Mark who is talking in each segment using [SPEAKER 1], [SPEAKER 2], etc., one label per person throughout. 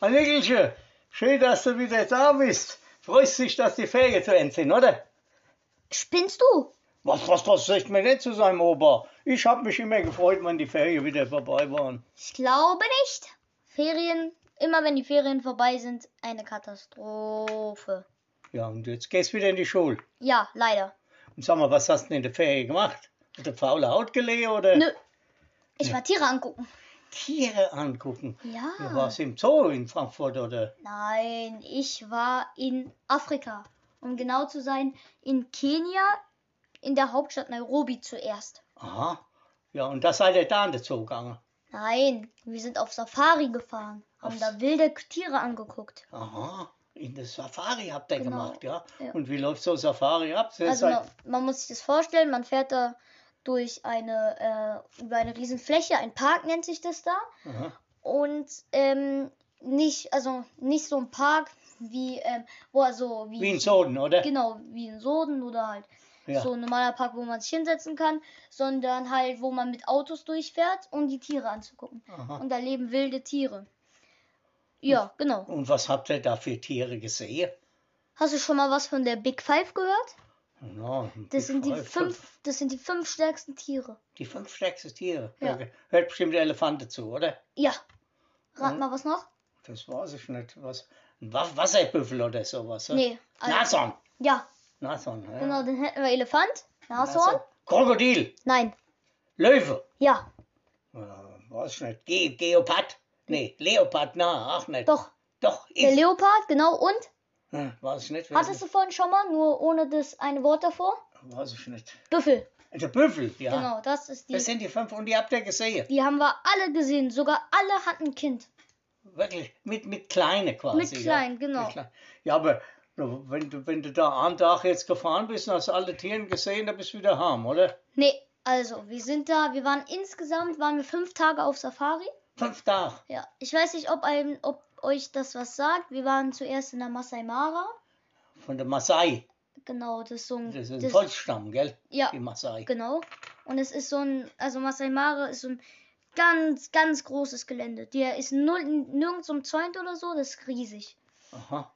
[SPEAKER 1] Annegelchen, schön, dass du wieder da bist. Freust dich, dass die Ferien zu Ende sind, oder?
[SPEAKER 2] Spinnst du?
[SPEAKER 1] Was, was, das sagt mir nicht zu seinem Opa. Ich habe mich immer gefreut, wenn die Ferien wieder vorbei waren.
[SPEAKER 2] Ich glaube nicht. Ferien, immer wenn die Ferien vorbei sind, eine Katastrophe.
[SPEAKER 1] Ja, und jetzt gehst du wieder in die Schule.
[SPEAKER 2] Ja, leider.
[SPEAKER 1] Und sag mal, was hast du denn in der Ferien gemacht? Hat du faule Haut gelegt oder
[SPEAKER 2] Nö. Ich war Tiere angucken.
[SPEAKER 1] Tiere angucken?
[SPEAKER 2] Ja.
[SPEAKER 1] Du warst im Zoo in Frankfurt, oder?
[SPEAKER 2] Nein, ich war in Afrika. Um genau zu sein, in Kenia, in der Hauptstadt Nairobi zuerst.
[SPEAKER 1] Aha. Ja, und da seid ihr da in den Zoo gegangen.
[SPEAKER 2] Nein, wir sind auf Safari gefahren, haben
[SPEAKER 1] Auf-
[SPEAKER 2] da wilde Tiere angeguckt.
[SPEAKER 1] Aha. In der Safari habt ihr
[SPEAKER 2] Genau.
[SPEAKER 1] gemacht, ja?
[SPEAKER 2] Ja.
[SPEAKER 1] Und wie läuft so Safari ab? Ihr
[SPEAKER 2] Also
[SPEAKER 1] seid-
[SPEAKER 2] man, man muss sich das vorstellen, man fährt da durch eine, äh, über eine riesen Fläche, ein Park nennt sich das da.
[SPEAKER 1] Aha.
[SPEAKER 2] Und ähm, nicht, also nicht so ein Park wie, ähm, wo also wie,
[SPEAKER 1] Wie in Soden, oder?
[SPEAKER 2] genau, wie ein Soden oder halt
[SPEAKER 1] Ja.
[SPEAKER 2] so ein normaler Park, wo man sich hinsetzen kann, sondern halt, wo man mit Autos durchfährt, um die Tiere anzugucken.
[SPEAKER 1] Aha.
[SPEAKER 2] Und da leben wilde Tiere. Ja, genau.
[SPEAKER 1] Und was habt ihr da für Tiere gesehen?
[SPEAKER 2] Hast du schon mal was von der Big Five gehört?
[SPEAKER 1] Ja,
[SPEAKER 2] Das sind die
[SPEAKER 1] Frau-
[SPEAKER 2] fünf, das sind die fünf stärksten Tiere.
[SPEAKER 1] Die fünf stärksten Tiere.
[SPEAKER 2] Ja.
[SPEAKER 1] Hört bestimmt der Elefant dazu, oder?
[SPEAKER 2] Ja. Rat
[SPEAKER 1] Mhm.
[SPEAKER 2] mal was noch?
[SPEAKER 1] Das weiß ich nicht. Was, ein Wa- Wasserbüffel oder sowas. oder?
[SPEAKER 2] Nee. also-
[SPEAKER 1] Nashorn.
[SPEAKER 2] ja,
[SPEAKER 1] Nashorn. Ja.
[SPEAKER 2] genau, dann hätten wir Elefant, Nashorn.
[SPEAKER 1] Krokodil.
[SPEAKER 2] Nein.
[SPEAKER 1] Löwe.
[SPEAKER 2] Ja,
[SPEAKER 1] Ja, weiß ich nicht. Ge Geopard. Nee, Leopard, na, ach nicht.
[SPEAKER 2] doch.
[SPEAKER 1] Doch,
[SPEAKER 2] Der
[SPEAKER 1] ich.
[SPEAKER 2] Leopard, genau. Und?
[SPEAKER 1] Hm, weiß ich nicht.
[SPEAKER 2] Hattest du vorhin schon mal, nur ohne das eine Wort davor?
[SPEAKER 1] Weiß ich nicht.
[SPEAKER 2] Büffel.
[SPEAKER 1] Der Büffel, ja.
[SPEAKER 2] Genau, das ist die.
[SPEAKER 1] Das sind die fünf und die habt ihr gesehen.
[SPEAKER 2] die haben wir alle gesehen. Sogar alle hatten ein Kind.
[SPEAKER 1] Wirklich, mit, mit Kleine quasi.
[SPEAKER 2] Mit klein,
[SPEAKER 1] ja.
[SPEAKER 2] genau.
[SPEAKER 1] Mit klein. Ja, aber wenn du, wenn du da einen Tag jetzt gefahren bist und hast alle Tiere gesehen, dann bist du wieder heim, oder?
[SPEAKER 2] Nee, also, wir sind da, wir waren insgesamt, waren wir fünf Tage auf Safari.
[SPEAKER 1] Fünf Tage.
[SPEAKER 2] Ja, ich weiß nicht, ob, einem, ob euch das was sagt. Wir waren zuerst in der Masai Mara.
[SPEAKER 1] Von der Maasai.
[SPEAKER 2] Genau, das ist so ein.
[SPEAKER 1] Das ist ein Volksstamm, gell?
[SPEAKER 2] ja,
[SPEAKER 1] Die Maasai.
[SPEAKER 2] genau. Und es ist so ein, also Masai Mara ist so ein ganz, ganz großes Gelände. Der ist null, nirgends umzäunt oder so, das ist riesig.
[SPEAKER 1] Aha.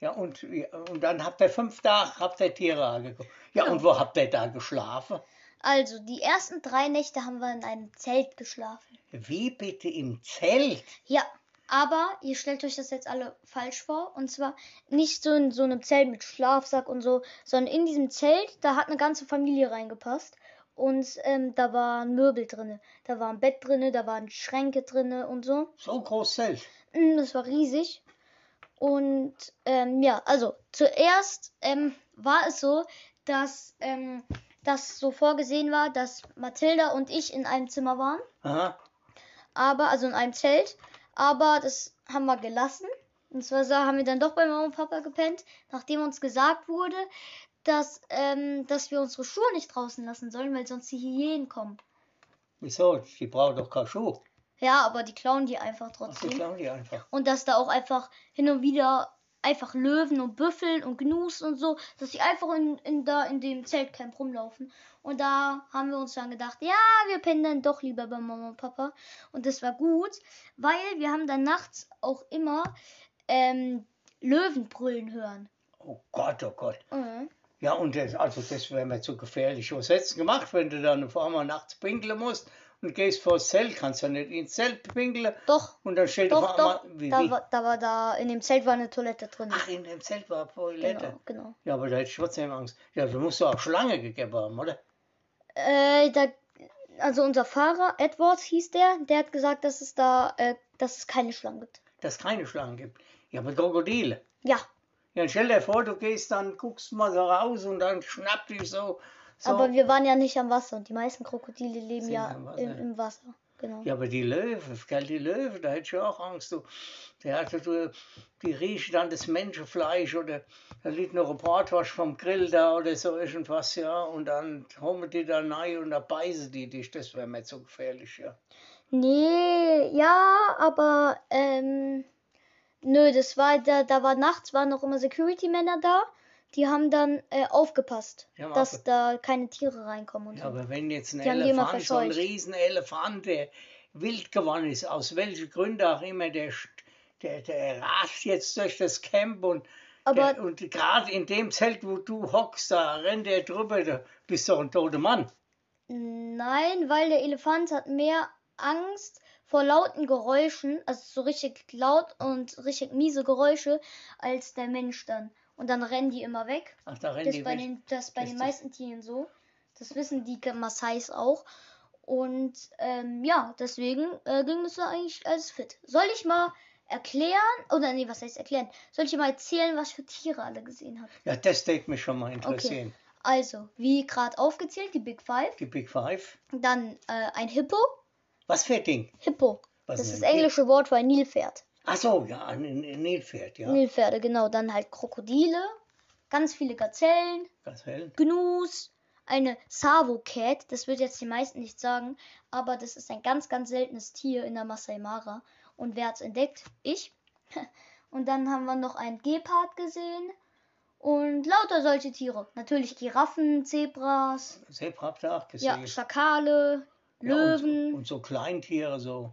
[SPEAKER 1] Ja, und, ja, und dann habt ihr fünf Tage, habt ihr Tiere angeguckt. Ja,
[SPEAKER 2] Genau.
[SPEAKER 1] und wo habt ihr da geschlafen?
[SPEAKER 2] Also, die ersten drei Nächte haben wir in einem Zelt geschlafen.
[SPEAKER 1] Wie bitte im Zelt?
[SPEAKER 2] Ja, aber ihr stellt euch das jetzt alle falsch vor. Und zwar nicht so in so einem Zelt mit Schlafsack und so, sondern in diesem Zelt, da hat eine ganze Familie reingepasst. Und ähm, da waren Möbel drinne, da war ein Bett drinne, da waren Schränke drinne und so.
[SPEAKER 1] So groß Zelt.
[SPEAKER 2] Mm, Das war riesig. Und ähm, ja, also zuerst ähm, war es so, dass ähm, das so vorgesehen war, dass Mathilda und ich in einem Zimmer waren,
[SPEAKER 1] Aha.
[SPEAKER 2] aber also in einem Zelt. Aber das haben wir gelassen. Und zwar sa- haben wir dann doch bei Mama und Papa gepennt, nachdem uns gesagt wurde, dass, ähm, dass wir unsere Schuhe nicht draußen lassen sollen, weil sonst die Hyänen kommen.
[SPEAKER 1] Wieso? Die brauchen doch keinen Schuh.
[SPEAKER 2] Ja, aber die klauen die einfach
[SPEAKER 1] Ach, die
[SPEAKER 2] trotzdem.
[SPEAKER 1] klauen die einfach.
[SPEAKER 2] Und dass da auch einfach hin und wieder einfach Löwen und Büffeln und Gnus und so, dass die einfach in, in, da in dem Zeltcamp rumlaufen. Und da haben wir uns dann gedacht, ja, wir pennen dann doch lieber bei Mama und Papa. Und das war gut, weil wir haben dann nachts auch immer ähm, Löwen brüllen hören.
[SPEAKER 1] Oh Gott, oh Gott.
[SPEAKER 2] Mhm.
[SPEAKER 1] Ja, und das, also das wäre mir zu gefährlich. Was hättest du gemacht, wenn du dann auf einmal nachts pinkeln musst und gehst vor das Zelt? Kannst du nicht ins Zelt pinkeln
[SPEAKER 2] Doch,
[SPEAKER 1] und dann steht
[SPEAKER 2] doch,
[SPEAKER 1] auf einmal...
[SPEAKER 2] doch.
[SPEAKER 1] Wie,
[SPEAKER 2] Da
[SPEAKER 1] wie?
[SPEAKER 2] war, da war da, in dem Zelt war eine Toilette drin.
[SPEAKER 1] Ach, in dem Zelt war Toilette.
[SPEAKER 2] genau, genau.
[SPEAKER 1] Ja, aber da hätte ich trotzdem Angst. Ja, du musst doch auch Schlange gegeben haben, oder?
[SPEAKER 2] Äh, da, also unser Fahrer, Edwards hieß der, der hat gesagt, dass es da, äh, dass es keine Schlangen gibt.
[SPEAKER 1] Dass es keine Schlangen gibt. Ja, aber Krokodile.
[SPEAKER 2] Ja,
[SPEAKER 1] Ja, dann stell dir vor, du gehst dann, guckst mal so raus und dann schnappt dich so. so.
[SPEAKER 2] aber wir waren ja nicht am Wasser und die meisten Krokodile leben
[SPEAKER 1] Sind
[SPEAKER 2] ja
[SPEAKER 1] am Wasser.
[SPEAKER 2] im, im Wasser. Genau.
[SPEAKER 1] ja, aber die Löwen, gell, die Löwen, da hätte ich auch Angst. Du. Der hatte, du, die riechen dann das Menschenfleisch oder da liegt noch ein Bratwurst vom Grill da oder so irgendwas, ja. Und dann holen die da rein und dann beißen die dich. Das wäre mir zu gefährlich, ja.
[SPEAKER 2] Nee, ja, aber ähm, nö, das war da, da war nachts waren noch immer Security-Männer da, die haben dann äh, aufgepasst,
[SPEAKER 1] Die haben
[SPEAKER 2] dass
[SPEAKER 1] aufge-
[SPEAKER 2] da keine Tiere reinkommen und
[SPEAKER 1] Ja,
[SPEAKER 2] so.
[SPEAKER 1] aber wenn jetzt ein
[SPEAKER 2] Die haben die immer
[SPEAKER 1] Elefant, so ein
[SPEAKER 2] verscheucht.
[SPEAKER 1] Riesenelefant, der wild geworden ist, aus welchen Gründen auch immer, der, st- der, der rast jetzt durch das Camp und,
[SPEAKER 2] Aber-
[SPEAKER 1] der, und gerade in dem Zelt, wo du hockst, da rennt er drüber, da bist doch ein toter Mann.
[SPEAKER 2] Nein, weil der Elefant hat mehr Angst vor lauten Geräuschen, also so richtig laut und richtig miese Geräusche, als der Mensch dann. Und dann rennen die immer weg.
[SPEAKER 1] Ach, da rennt
[SPEAKER 2] Das
[SPEAKER 1] die
[SPEAKER 2] bei
[SPEAKER 1] weg.
[SPEAKER 2] den, das bei
[SPEAKER 1] Ist
[SPEAKER 2] den
[SPEAKER 1] das-
[SPEAKER 2] meisten Tieren so. Das wissen die Maasais auch. Und ähm, ja, deswegen äh, ging es da eigentlich alles fit. Soll ich mal erklären, oder nee, was heißt erklären? Soll ich dir mal erzählen, was ich für Tiere alle gesehen habe?
[SPEAKER 1] Ja, das täte mich schon mal interessieren.
[SPEAKER 2] Also, wie gerade aufgezählt, die Big Five.
[SPEAKER 1] Die Big Five.
[SPEAKER 2] Dann äh, ein Hippo.
[SPEAKER 1] Was für ein Ding?
[SPEAKER 2] Hippo.
[SPEAKER 1] Was
[SPEAKER 2] das
[SPEAKER 1] ist
[SPEAKER 2] ist
[SPEAKER 1] Also ein
[SPEAKER 2] das englische Wort für ein Nilpferd.
[SPEAKER 1] Ach so, ja, ein ein Nilpferd, ja.
[SPEAKER 2] Nilpferde, genau. Dann halt Krokodile, ganz viele Gazellen,
[SPEAKER 1] Ganz hell.
[SPEAKER 2] Gnus, eine Savo-Cat. Das wird jetzt die meisten nicht sagen, aber das ist ein ganz, ganz seltenes Tier in der Masai Mara. Und wer hat's entdeckt? Ich. Und dann haben wir noch einen Gepard gesehen und lauter solche Tiere. Natürlich Giraffen, Zebras,
[SPEAKER 1] Zebra habt ihr auch
[SPEAKER 2] ja,
[SPEAKER 1] gesehen.
[SPEAKER 2] Schakale,
[SPEAKER 1] Ja,
[SPEAKER 2] Löwen.
[SPEAKER 1] Und, und so Kleintiere, so,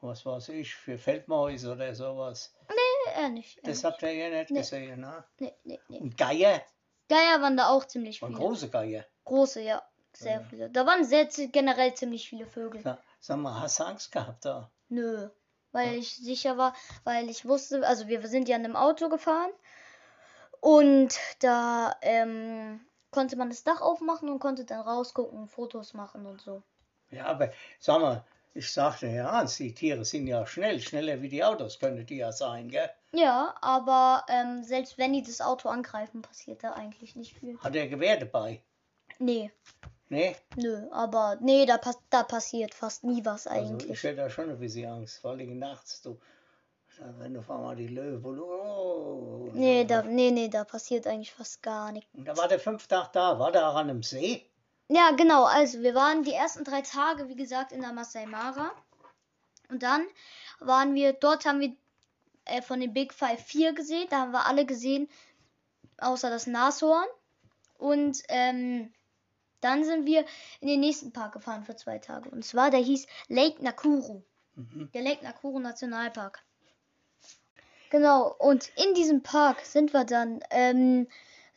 [SPEAKER 1] was weiß ich, für Feldmäuse oder sowas.
[SPEAKER 2] Nee, eher nicht. Eher
[SPEAKER 1] Das
[SPEAKER 2] nicht.
[SPEAKER 1] habt ihr ja nicht
[SPEAKER 2] Nee.
[SPEAKER 1] gesehen, ne?
[SPEAKER 2] Nee, nee, nee.
[SPEAKER 1] Und Geier,
[SPEAKER 2] Geier waren da auch ziemlich
[SPEAKER 1] und
[SPEAKER 2] viele.
[SPEAKER 1] große Geier.
[SPEAKER 2] Große, ja. Sehr
[SPEAKER 1] Ja.
[SPEAKER 2] viele. Da waren sehr, zi- generell ziemlich viele Vögel.
[SPEAKER 1] Sa- Sag mal, hast du Angst gehabt da?
[SPEAKER 2] Nö. Weil ich sicher war, weil ich wusste, also wir sind ja in einem Auto gefahren und da ähm, konnte man das Dach aufmachen und konnte dann rausgucken und Fotos machen und so.
[SPEAKER 1] Ja, aber sag mal, ich sagte ja, Hans, die Tiere sind ja schnell, schneller wie die Autos, könnte die ja sein, gell?
[SPEAKER 2] Ja, aber ähm, selbst wenn die das Auto angreifen, passiert da eigentlich nicht viel.
[SPEAKER 1] Hat er Gewehr dabei?
[SPEAKER 2] Nee,
[SPEAKER 1] Ne?
[SPEAKER 2] nö, aber nee, da, pass da passiert fast nie was
[SPEAKER 1] Also ich
[SPEAKER 2] eigentlich.
[SPEAKER 1] hätte da schon ein bisschen Angst, vor allem nachts, du. Da Wenn auf einmal die Löwen, oh,
[SPEAKER 2] Nee, da, nee, nee, da passiert eigentlich fast gar nichts.
[SPEAKER 1] Und da war der fünf Tag da, war der auch an einem See?
[SPEAKER 2] Ja, genau. Also wir waren die ersten drei Tage, wie gesagt, in der Masai Mara. Und dann waren wir, dort haben wir äh, von den Big Five vier gesehen. Da haben wir alle gesehen, außer das Nashorn. Und ähm, dann sind wir in den nächsten Park gefahren für zwei Tage. Und zwar, der hieß Lake Nakuru.
[SPEAKER 1] Mhm.
[SPEAKER 2] Der Lake Nakuru Nationalpark. Genau, und in diesem Park sind wir dann, ähm,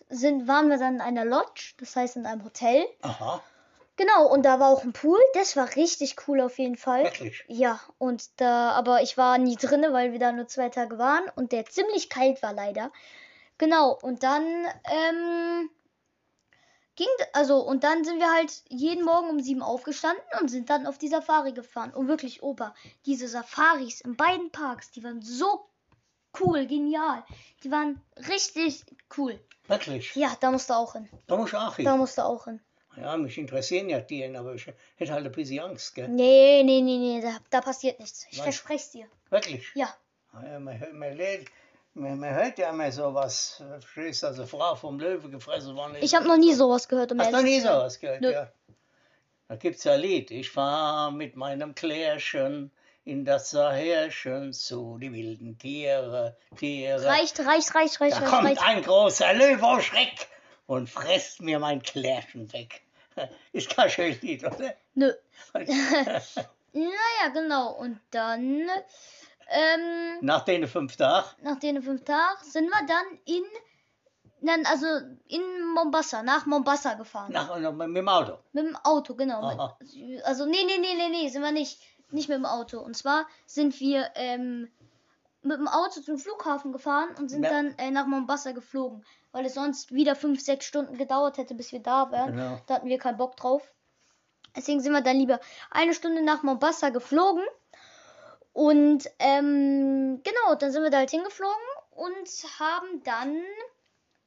[SPEAKER 2] sind, waren wir dann in einer Lodge, das heißt in einem Hotel.
[SPEAKER 1] Aha,
[SPEAKER 2] Genau, und da war auch ein Pool. Das war richtig cool auf jeden Fall.
[SPEAKER 1] wirklich.
[SPEAKER 2] Ja, und da, aber ich war nie drinne, weil wir da nur zwei Tage waren und der ziemlich kalt war leider. Genau, und dann, ähm, ging, also, und dann sind wir halt jeden Morgen um sieben aufgestanden und sind dann auf die Safari gefahren. Und wirklich, Opa, diese Safaris in beiden Parks, die waren so cool, genial. Die waren richtig cool.
[SPEAKER 1] Wirklich.
[SPEAKER 2] Ja, da musst du auch hin.
[SPEAKER 1] Da muss ich auch
[SPEAKER 2] Da
[SPEAKER 1] hin.
[SPEAKER 2] musst du auch hin.
[SPEAKER 1] Ja, mich interessieren ja Tiere, aber ich hätte halt ein bisschen Angst, gell?
[SPEAKER 2] Nee, nee, nee, nee, da, da passiert nichts. Ich
[SPEAKER 1] Nein.
[SPEAKER 2] verspreche es dir.
[SPEAKER 1] Wirklich. Ah
[SPEAKER 2] Ja.
[SPEAKER 1] Ja, man, hört- man, lädt, man, man hört ja immer sowas. Verstehst du, also Frau vom Löwe gefressen worden ist.
[SPEAKER 2] Ich habe noch nie sowas gehört. Um
[SPEAKER 1] Hast
[SPEAKER 2] ehrlich
[SPEAKER 1] noch nie
[SPEAKER 2] zu sein.
[SPEAKER 1] sowas gehört,
[SPEAKER 2] Nö.
[SPEAKER 1] ja. Da gibt's ja ein Lied. Ich fahr mit meinem Klärchen in das Saherchen zu, die wilden Tiere, Tiere.
[SPEAKER 2] Reicht, reicht, reicht, reicht,
[SPEAKER 1] da
[SPEAKER 2] reicht.
[SPEAKER 1] kommt
[SPEAKER 2] reicht.
[SPEAKER 1] ein großer Löwe aus Schreck und frisst mir mein Klärchen weg. Ist kein schönes Lied, oder?
[SPEAKER 2] Nö. Naja, genau. Und dann, ähm,
[SPEAKER 1] Nach den fünf Tagen.
[SPEAKER 2] nach den fünf Tagen sind wir dann in, dann also in Mombasa, nach Mombasa gefahren.
[SPEAKER 1] Nach, nach, mit dem Auto.
[SPEAKER 2] Mit dem Auto, genau.
[SPEAKER 1] Aha.
[SPEAKER 2] Mit, also, nee, nee, nee, nee, nee, sind wir nicht. Nicht mit dem Auto. Und zwar sind wir ähm, mit dem Auto zum Flughafen gefahren und sind
[SPEAKER 1] Ja.
[SPEAKER 2] dann äh, nach Mombasa geflogen. Weil es sonst wieder fünf, sechs Stunden gedauert hätte, bis wir da wären.
[SPEAKER 1] Genau.
[SPEAKER 2] Da hatten wir keinen Bock drauf. Deswegen sind wir dann lieber eine Stunde nach Mombasa geflogen. Und ähm, genau, dann sind wir da halt hingeflogen und haben dann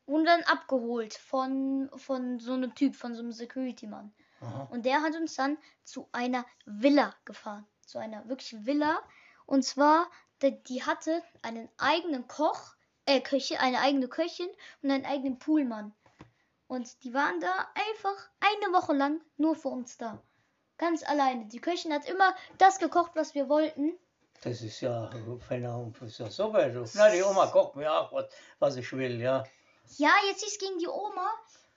[SPEAKER 2] wurden dann abgeholt von, von so einem Typ, von so einem Security-Mann.
[SPEAKER 1] Aha.
[SPEAKER 2] Und der hat uns dann zu einer Villa gefahren. Zu einer wirklich Villa. Und zwar, die, die hatte einen eigenen Koch, äh, Köche, eine eigene Köchin und einen eigenen Poolmann. Und die waren da einfach eine Woche lang nur für uns da. Ganz alleine. Die Köchin hat immer das gekocht, was wir wollten.
[SPEAKER 1] Das ist ja, Phänomen, das ist ja super. Du. Na, die Oma kocht mir auch was, was ich will, ja.
[SPEAKER 2] Ja, jetzt ist gegen die Oma,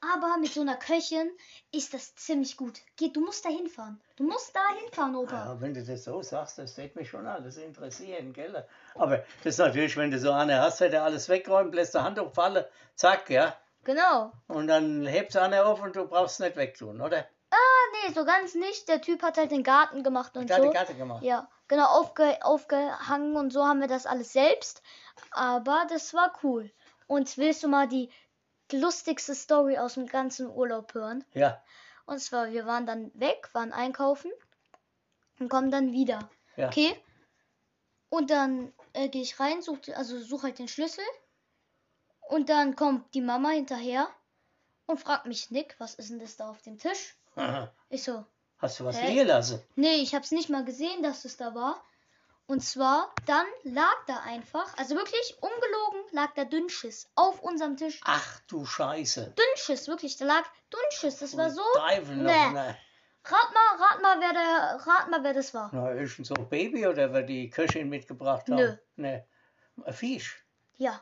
[SPEAKER 2] Aber mit so einer Köchin ist das ziemlich gut. Geh, du musst da hinfahren. Du musst da hinfahren, Opa.
[SPEAKER 1] Ja, wenn du das so sagst, das hätte mich schon alles interessieren, gell? Aber das ist natürlich, wenn du so eine hast, hätte alles wegräumt, lässt der Handtuch fallen, zack, ja.
[SPEAKER 2] Genau.
[SPEAKER 1] Und dann hebst du eine auf und du brauchst es nicht wegtun, oder?
[SPEAKER 2] Ah, nee, so ganz nicht. Der Typ hat halt den Garten gemacht und
[SPEAKER 1] Da hat
[SPEAKER 2] so.
[SPEAKER 1] die Karte gemacht.
[SPEAKER 2] Ja, genau, aufge aufgehangen und so haben wir das alles selbst. Aber das war cool. Und willst du mal die lustigste Story aus dem ganzen Urlaub hören?
[SPEAKER 1] Ja,
[SPEAKER 2] Und zwar, wir waren dann weg, waren einkaufen und kommen dann wieder.
[SPEAKER 1] ja.
[SPEAKER 2] Okay? Und dann äh, gehe ich rein, such, also suche halt den Schlüssel. Und dann kommt die Mama hinterher und fragt mich, Nick, was ist denn das da auf dem Tisch? Ich so,
[SPEAKER 1] Hast du was
[SPEAKER 2] Hä?
[SPEAKER 1] liegen lassen?
[SPEAKER 2] Nee, ich hab's nicht mal gesehen, dass es da war. Und zwar, dann lag da einfach, also wirklich ungelogen, lag da Dünnschiss auf unserem Tisch.
[SPEAKER 1] Ach du Scheiße.
[SPEAKER 2] Dünnschiss, wirklich, da lag Dünnschiss. Das war so.
[SPEAKER 1] Teufel noch.
[SPEAKER 2] Nee.
[SPEAKER 1] Nee.
[SPEAKER 2] Rat mal, rat mal, wer der, rat mal, wer das war.
[SPEAKER 1] Na, ist denn so ein Baby oder wer die Köchin mitgebracht haben?
[SPEAKER 2] Nö.
[SPEAKER 1] Nee. Ein Fisch.
[SPEAKER 2] Ja,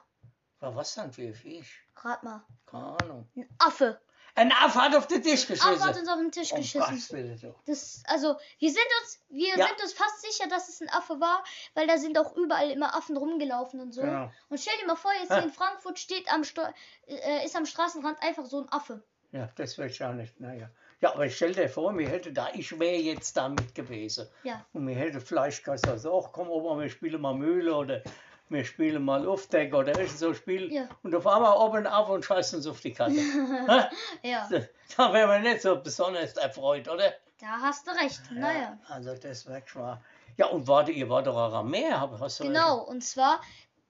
[SPEAKER 1] Na, Was dann für ein Fisch?
[SPEAKER 2] rat mal.
[SPEAKER 1] Keine Ahnung.
[SPEAKER 2] Ein Affe.
[SPEAKER 1] Ein Affe hat auf den Tisch
[SPEAKER 2] Affe
[SPEAKER 1] geschissen.
[SPEAKER 2] hat uns auf den Tisch
[SPEAKER 1] um
[SPEAKER 2] geschissen.
[SPEAKER 1] Gottes Willen, du.
[SPEAKER 2] Das, also, wir sind uns, wir
[SPEAKER 1] Ja.
[SPEAKER 2] sind uns fast sicher, dass es ein Affe war, weil da sind auch überall immer Affen rumgelaufen und so.
[SPEAKER 1] Genau.
[SPEAKER 2] Und stell dir mal vor, jetzt
[SPEAKER 1] Ja.
[SPEAKER 2] hier in Frankfurt steht am Sto äh, ist am Straßenrand einfach so ein Affe.
[SPEAKER 1] Ja, das will ich auch nicht. Naja. Ja, aber stell dir vor, mir hätte da, ich wäre jetzt da mit gewesen.
[SPEAKER 2] Ja.
[SPEAKER 1] Und mir hätte vielleicht gesagt, also, ach komm, Oma, wir spielen mal Mühle oder wir spielen mal Luftdeck oder irgend so ein Spiel.
[SPEAKER 2] Ja.
[SPEAKER 1] Und auf einmal oben ab und scheißen uns auf die Karte. Hä?
[SPEAKER 2] Ja,
[SPEAKER 1] da wären wir nicht so besonders erfreut, oder?
[SPEAKER 2] da hast du recht. Naja.
[SPEAKER 1] Also das war schon. Ja, und warte, ihr wart doch auch am Meer, hab- hast du
[SPEAKER 2] Genau, und zwar,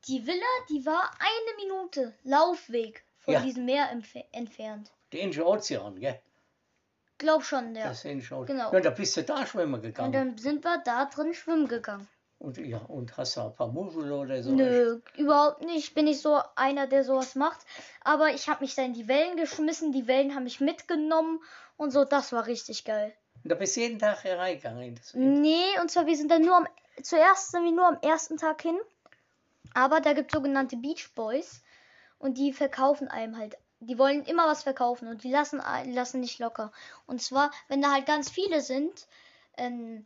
[SPEAKER 2] die Villa, die war eine Minute Laufweg von
[SPEAKER 1] Ja.
[SPEAKER 2] diesem Meer empf- entfernt.
[SPEAKER 1] recht. Den Indische Ozean, gell?
[SPEAKER 2] Glaub schon, ja.
[SPEAKER 1] Das Indische Ozean.
[SPEAKER 2] Genau.
[SPEAKER 1] Ja, und da bist du da schwimmen
[SPEAKER 2] Und
[SPEAKER 1] gegangen.
[SPEAKER 2] dann sind wir da drin schwimmen gegangen.
[SPEAKER 1] Und, ja, und hast da ein paar Muscheln oder so.
[SPEAKER 2] Nö, überhaupt nicht. Bin ich so einer, der sowas macht. Aber ich habe mich da in die Wellen geschmissen. Die Wellen haben mich mitgenommen und so. Das war richtig geil.
[SPEAKER 1] Und da bist du jeden Tag hereingegangen. in
[SPEAKER 2] Hm,
[SPEAKER 1] Das
[SPEAKER 2] Nee, und zwar, wir sind dann nur am. Zuerst sind wir nur am ersten Tag hin. Aber da gibt es sogenannte Beach Boys. Und die verkaufen einem halt. Die wollen immer was verkaufen und die lassen, ein- lassen nicht locker. Und zwar, wenn da halt ganz viele sind, ähm,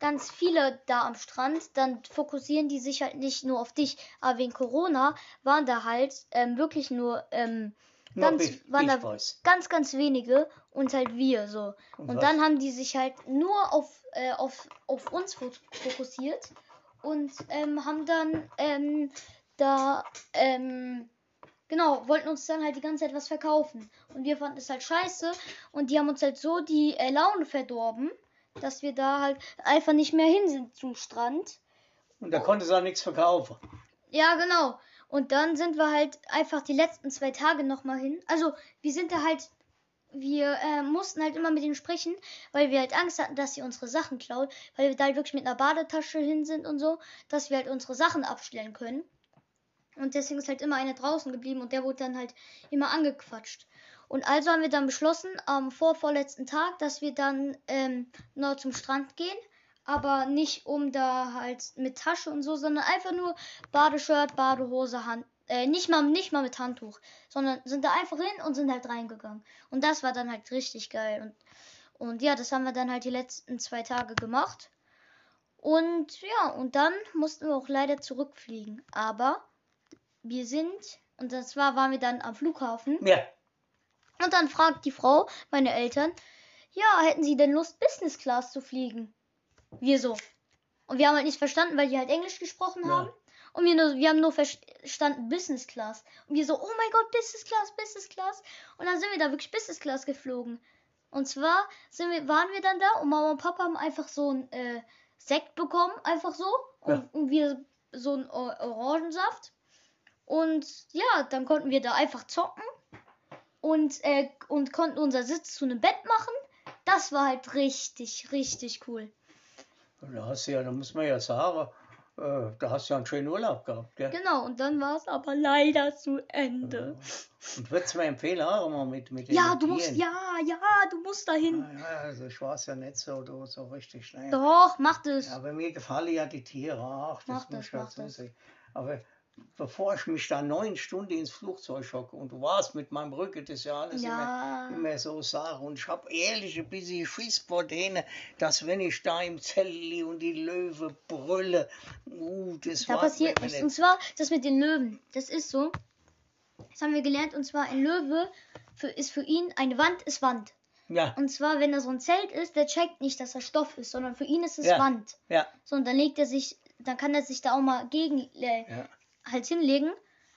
[SPEAKER 2] ganz viele da am Strand, dann fokussieren die sich halt nicht nur auf dich. Aber wegen Corona waren da halt ähm, wirklich nur, ähm,
[SPEAKER 1] Nur
[SPEAKER 2] ganz,
[SPEAKER 1] Beach-
[SPEAKER 2] waren da
[SPEAKER 1] Beach Boys.
[SPEAKER 2] ganz, ganz wenige und halt wir so. Und,
[SPEAKER 1] was?
[SPEAKER 2] dann haben die sich halt nur auf, äh, auf, auf uns fo- fokussiert und ähm, haben dann ähm, da, ähm, genau, wollten uns dann halt die ganze Zeit was verkaufen. Und wir fanden es halt scheiße und die haben uns halt so die äh, Laune verdorben, dass wir da halt einfach nicht mehr hin sind zum Strand.
[SPEAKER 1] Und da konntest du auch nichts verkaufen.
[SPEAKER 2] Ja, genau. Und dann sind wir halt einfach die letzten zwei Tage nochmal hin. Also, wir sind da halt. Wir äh, mussten halt immer mit ihnen sprechen, weil wir halt Angst hatten, dass sie unsere Sachen klauen. Weil wir da halt wirklich mit einer Badetasche hin sind und so, dass wir halt unsere Sachen abstellen können. Und deswegen ist halt immer einer draußen geblieben und der wurde dann halt immer angequatscht. Und also haben wir dann beschlossen, am vorvorletzten Tag, dass wir dann ähm, noch zum Strand gehen. Aber nicht um da halt mit Tasche und so, sondern einfach nur Badeshirt, Badehose, Hand. Äh, nicht, mal, nicht mal mit Handtuch, sondern sind da einfach hin und sind halt reingegangen. Und das war dann halt richtig geil. Und, und ja, das haben wir dann halt die letzten zwei Tage gemacht. Und ja, und dann mussten wir auch leider zurückfliegen. Aber wir sind, und das war, waren wir dann am Flughafen.
[SPEAKER 1] Ja,
[SPEAKER 2] Und dann fragt die Frau, meine Eltern, ja, hätten sie denn Lust, Business Class zu fliegen? Wir so. Und wir haben halt nicht verstanden, weil die halt Englisch gesprochen
[SPEAKER 1] Ja.
[SPEAKER 2] haben. Und wir, nur, wir haben nur verstanden Business Class. Und wir so, oh mein Gott, Business Class, Business Class. Und dann sind wir da wirklich Business Class geflogen. Und zwar sind wir, waren wir dann da und Mama und Papa haben einfach so ein äh, Sekt bekommen, einfach so. Und,
[SPEAKER 1] Ja.
[SPEAKER 2] und wir so einen O- Orangensaft. Und ja, dann konnten wir da einfach zocken und, äh, und konnten unser Sitz zu einem Bett machen. Das war halt richtig, richtig cool.
[SPEAKER 1] und da hast du ja, da muss man ja sagen, äh, da hast du ja einen schönen Urlaub gehabt. Gell?
[SPEAKER 2] Genau, und dann war es aber leider zu Ende.
[SPEAKER 1] Und würdest du mir empfehlen, auch mal mit, mit den
[SPEAKER 2] Ja, du
[SPEAKER 1] Tieren?
[SPEAKER 2] musst, ja, ja, du musst dahin.
[SPEAKER 1] Ja, also ich war es ja nicht so, du, so richtig. Ne?
[SPEAKER 2] Doch, mach das.
[SPEAKER 1] Aber mir gefallen ja die Tiere. Ach, das
[SPEAKER 2] Mach das,
[SPEAKER 1] muss ich
[SPEAKER 2] mach
[SPEAKER 1] dazu
[SPEAKER 2] das.
[SPEAKER 1] sagen. Aber bevor ich mich da neun Stunden ins Flugzeug hocke und du warst mit meinem Rücken, das ist ja alles
[SPEAKER 2] Ja.
[SPEAKER 1] immer, immer so Sache. Und ich habe ehrlich ein bisschen Schiss vor denen, dass wenn ich da im Zelt liege und die Löwe brülle, uh, das
[SPEAKER 2] Da
[SPEAKER 1] war
[SPEAKER 2] passiert nichts. Und zwar das mit den Löwen. Das ist so. Das haben wir gelernt. Und zwar ein Löwe für, ist für ihn eine Wand ist Wand.
[SPEAKER 1] Ja,
[SPEAKER 2] Und zwar, wenn da so ein Zelt ist, der checkt nicht, dass da Stoff ist, sondern für ihn ist es
[SPEAKER 1] Ja.
[SPEAKER 2] Wand.
[SPEAKER 1] ja,
[SPEAKER 2] So, und dann legt er sich, dann kann er sich da auch mal gegen äh,
[SPEAKER 1] ja.
[SPEAKER 2] halt hinlegen.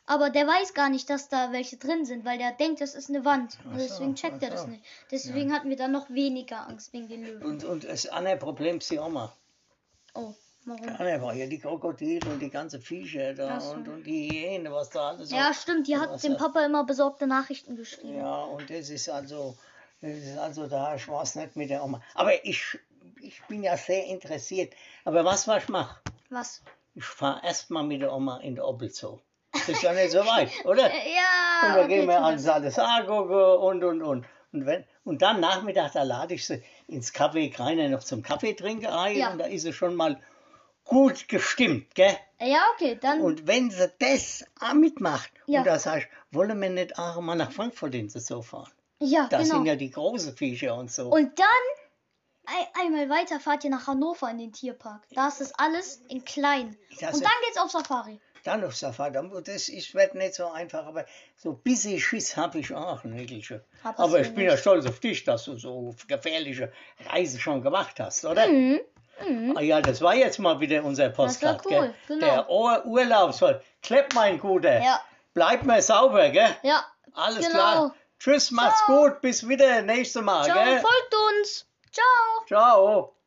[SPEAKER 2] Aber der weiß gar nicht, dass da welche drin sind, weil der denkt, das ist eine Wand. Und
[SPEAKER 1] Ach so,
[SPEAKER 2] deswegen checkt er
[SPEAKER 1] ach
[SPEAKER 2] das
[SPEAKER 1] so.
[SPEAKER 2] nicht. Deswegen hatten wir dann noch weniger Angst wegen den Löwen.
[SPEAKER 1] Und, und das andere Problem ist die Oma.
[SPEAKER 2] Oh, warum?
[SPEAKER 1] Ja, war ja die Krokodile und die ganze Viecher da
[SPEAKER 2] Ach so.
[SPEAKER 1] und, und die Hyäne, was da alles so-
[SPEAKER 2] Ja, stimmt, die hat
[SPEAKER 1] was
[SPEAKER 2] dem
[SPEAKER 1] da-
[SPEAKER 2] Papa immer besorgte Nachrichten geschrieben.
[SPEAKER 1] Ja, und das ist also, das ist also da, ich weiß nicht mit der Oma. Aber ich, ich bin ja sehr interessiert. Aber was, was ich mache?
[SPEAKER 2] Was?
[SPEAKER 1] Ich fahre erstmal mit der Oma in den Oppelzoo. Das ist ja nicht so weit, oder?
[SPEAKER 2] Äh,
[SPEAKER 1] Und
[SPEAKER 2] ja,
[SPEAKER 1] da
[SPEAKER 2] okay,
[SPEAKER 1] gehen wir
[SPEAKER 2] tu
[SPEAKER 1] alles,
[SPEAKER 2] das.
[SPEAKER 1] alles angucken und, und, und. Und, wenn, und dann Nachmittag, da lade ich sie ins Café Kreiner noch zum Kaffee trinken ein
[SPEAKER 2] Ja.
[SPEAKER 1] und da ist sie schon mal gut gestimmt, gell?
[SPEAKER 2] Ja, okay, dann.
[SPEAKER 1] Und wenn sie das auch mitmacht,
[SPEAKER 2] Mhm. Ja.
[SPEAKER 1] und da sag ich, wollen wir nicht auch mal nach Frankfurt in so fahren?
[SPEAKER 2] ja,
[SPEAKER 1] Da
[SPEAKER 2] genau.
[SPEAKER 1] sind ja die großen Viecher und so.
[SPEAKER 2] Und dann ein, einmal weiter fahrt ihr nach Hannover in den Tierpark. Da ist das alles in klein.
[SPEAKER 1] Das
[SPEAKER 2] und
[SPEAKER 1] ist-
[SPEAKER 2] dann geht's auf Safari.
[SPEAKER 1] dann auf Safari, dann- das ist, wird nicht so einfach, aber so ein bisschen Schiss habe ich auch, Nägelchen.
[SPEAKER 2] Hab
[SPEAKER 1] Aber
[SPEAKER 2] ich
[SPEAKER 1] ich bin ja stolz auf dich, dass du so gefährliche Reisen schon gemacht hast, oder?
[SPEAKER 2] Mhm.
[SPEAKER 1] Ah ja, das war jetzt mal wieder unser Postcard,
[SPEAKER 2] Das war cool,
[SPEAKER 1] gell?
[SPEAKER 2] genau.
[SPEAKER 1] Der Ohr Urlaubsvoll. Klepp, mein Guter.
[SPEAKER 2] Ja.
[SPEAKER 1] Bleib mal sauber, gell?
[SPEAKER 2] Ja.
[SPEAKER 1] Alles
[SPEAKER 2] genau.
[SPEAKER 1] klar. Tschüss, macht's
[SPEAKER 2] Ciao.
[SPEAKER 1] gut, bis wieder nächste Mal,
[SPEAKER 2] Ciao,
[SPEAKER 1] gell?
[SPEAKER 2] folgt uns. Ciao.
[SPEAKER 1] Ciao.